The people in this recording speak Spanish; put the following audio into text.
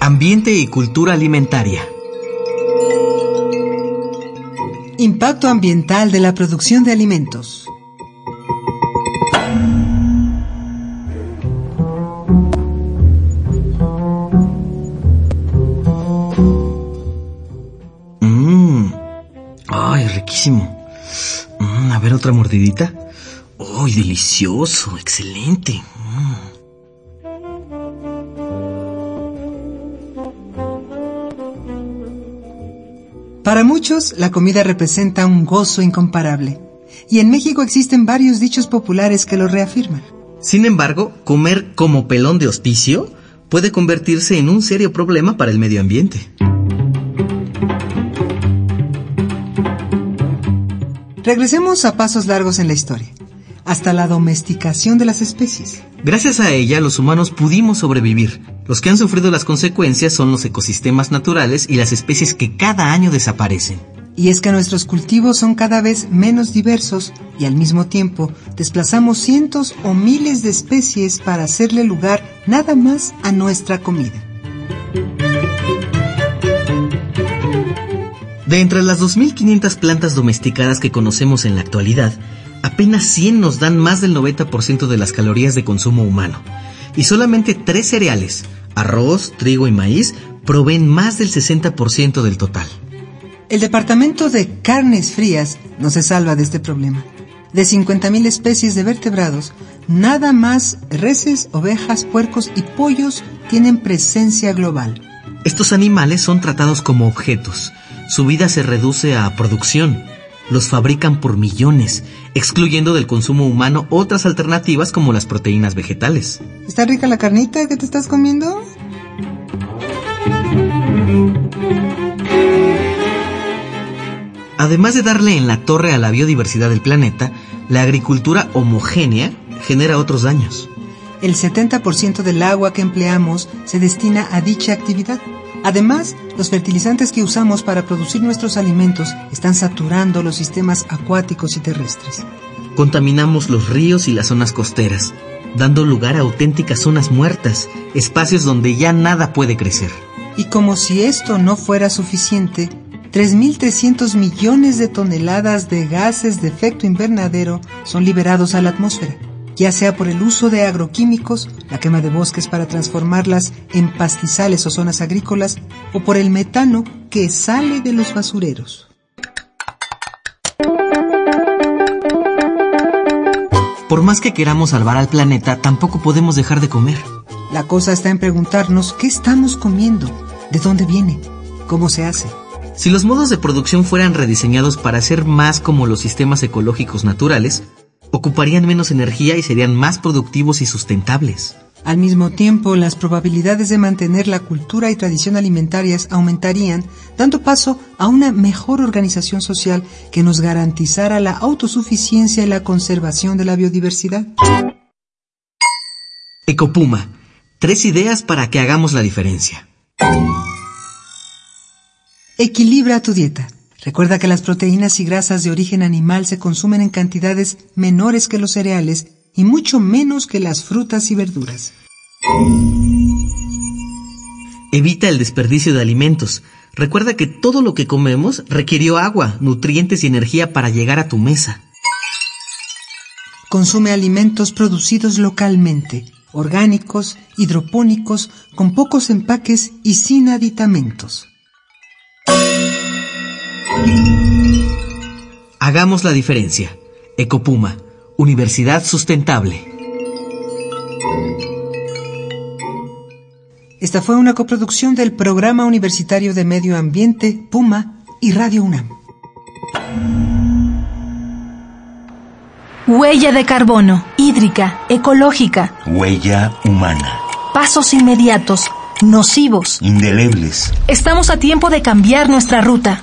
Ambiente y cultura alimentaria. Impacto ambiental de la producción de alimentos. Mmm. Ay, riquísimo. Mm, a ver, otra mordidita. Ay, delicioso, excelente. Mm. Para muchos, la comida representa un gozo incomparable. Y en México existen varios dichos populares que lo reafirman. Sin embargo, comer como pelón de hospicio puede convertirse en un serio problema para el medio ambiente. Regresemos a pasos largos en la historia, hasta la domesticación de las especies. Gracias a ella, los humanos pudimos sobrevivir. Los que han sufrido las consecuencias son los ecosistemas naturales y las especies que cada año desaparecen. Y es que nuestros cultivos son cada vez menos diversos y al mismo tiempo desplazamos cientos o miles de especies para hacerle lugar nada más a nuestra comida. De entre las 2.500 plantas domesticadas que conocemos en la actualidad, apenas 100 nos dan más del 90% de las calorías de consumo humano. Y solamente tres cereales, arroz, trigo y maíz, proveen más del 60% del total. El departamento de carnes frías no se salva de este problema. De 50.000 especies de vertebrados, nada más reses, ovejas, puercos y pollos tienen presencia global. Estos animales son tratados como objetos. Su vida se reduce a producción. Los fabrican por millones, excluyendo del consumo humano otras alternativas como las proteínas vegetales. ¿Está rica la carnita que te estás comiendo? Además de darle en la torre a la biodiversidad del planeta, la agricultura homogénea genera otros daños. El 70% del agua que empleamos se destina a dicha actividad. Además, los fertilizantes que usamos para producir nuestros alimentos están saturando los sistemas acuáticos y terrestres. Contaminamos los ríos y las zonas costeras, dando lugar a auténticas zonas muertas, espacios donde ya nada puede crecer. Y como si esto no fuera suficiente, 3.300 millones de toneladas de gases de efecto invernadero son liberados a la atmósfera, ya sea por el uso de agroquímicos, la quema de bosques para transformarlas en pastizales o zonas agrícolas, o por el metano que sale de los basureros. Por más que queramos salvar al planeta, tampoco podemos dejar de comer. La cosa está en preguntarnos qué estamos comiendo, de dónde viene, cómo se hace. Si los modos de producción fueran rediseñados para ser más como los sistemas ecológicos naturales, ocuparían menos energía y serían más productivos y sustentables. Al mismo tiempo, las probabilidades de mantener la cultura y tradición alimentarias aumentarían, dando paso a una mejor organización social que nos garantizara la autosuficiencia y la conservación de la biodiversidad. Ecopuma, tres ideas para que hagamos la diferencia. Equilibra tu dieta. Recuerda que las proteínas y grasas de origen animal se consumen en cantidades menores que los cereales y mucho menos que las frutas y verduras. Evita el desperdicio de alimentos. Recuerda que todo lo que comemos requirió agua, nutrientes y energía para llegar a tu mesa. Consume alimentos producidos localmente, orgánicos, hidropónicos, con pocos empaques y sin aditamentos. Hagamos la diferencia. Ecopuma, Universidad Sustentable. Esta fue una coproducción del Programa Universitario de Medio Ambiente, Puma y Radio UNAM. Huella de carbono, hídrica, ecológica, Huella humana. pasos inmediatos, nocivos. Indelebles. Estamos a tiempo de cambiar nuestra ruta.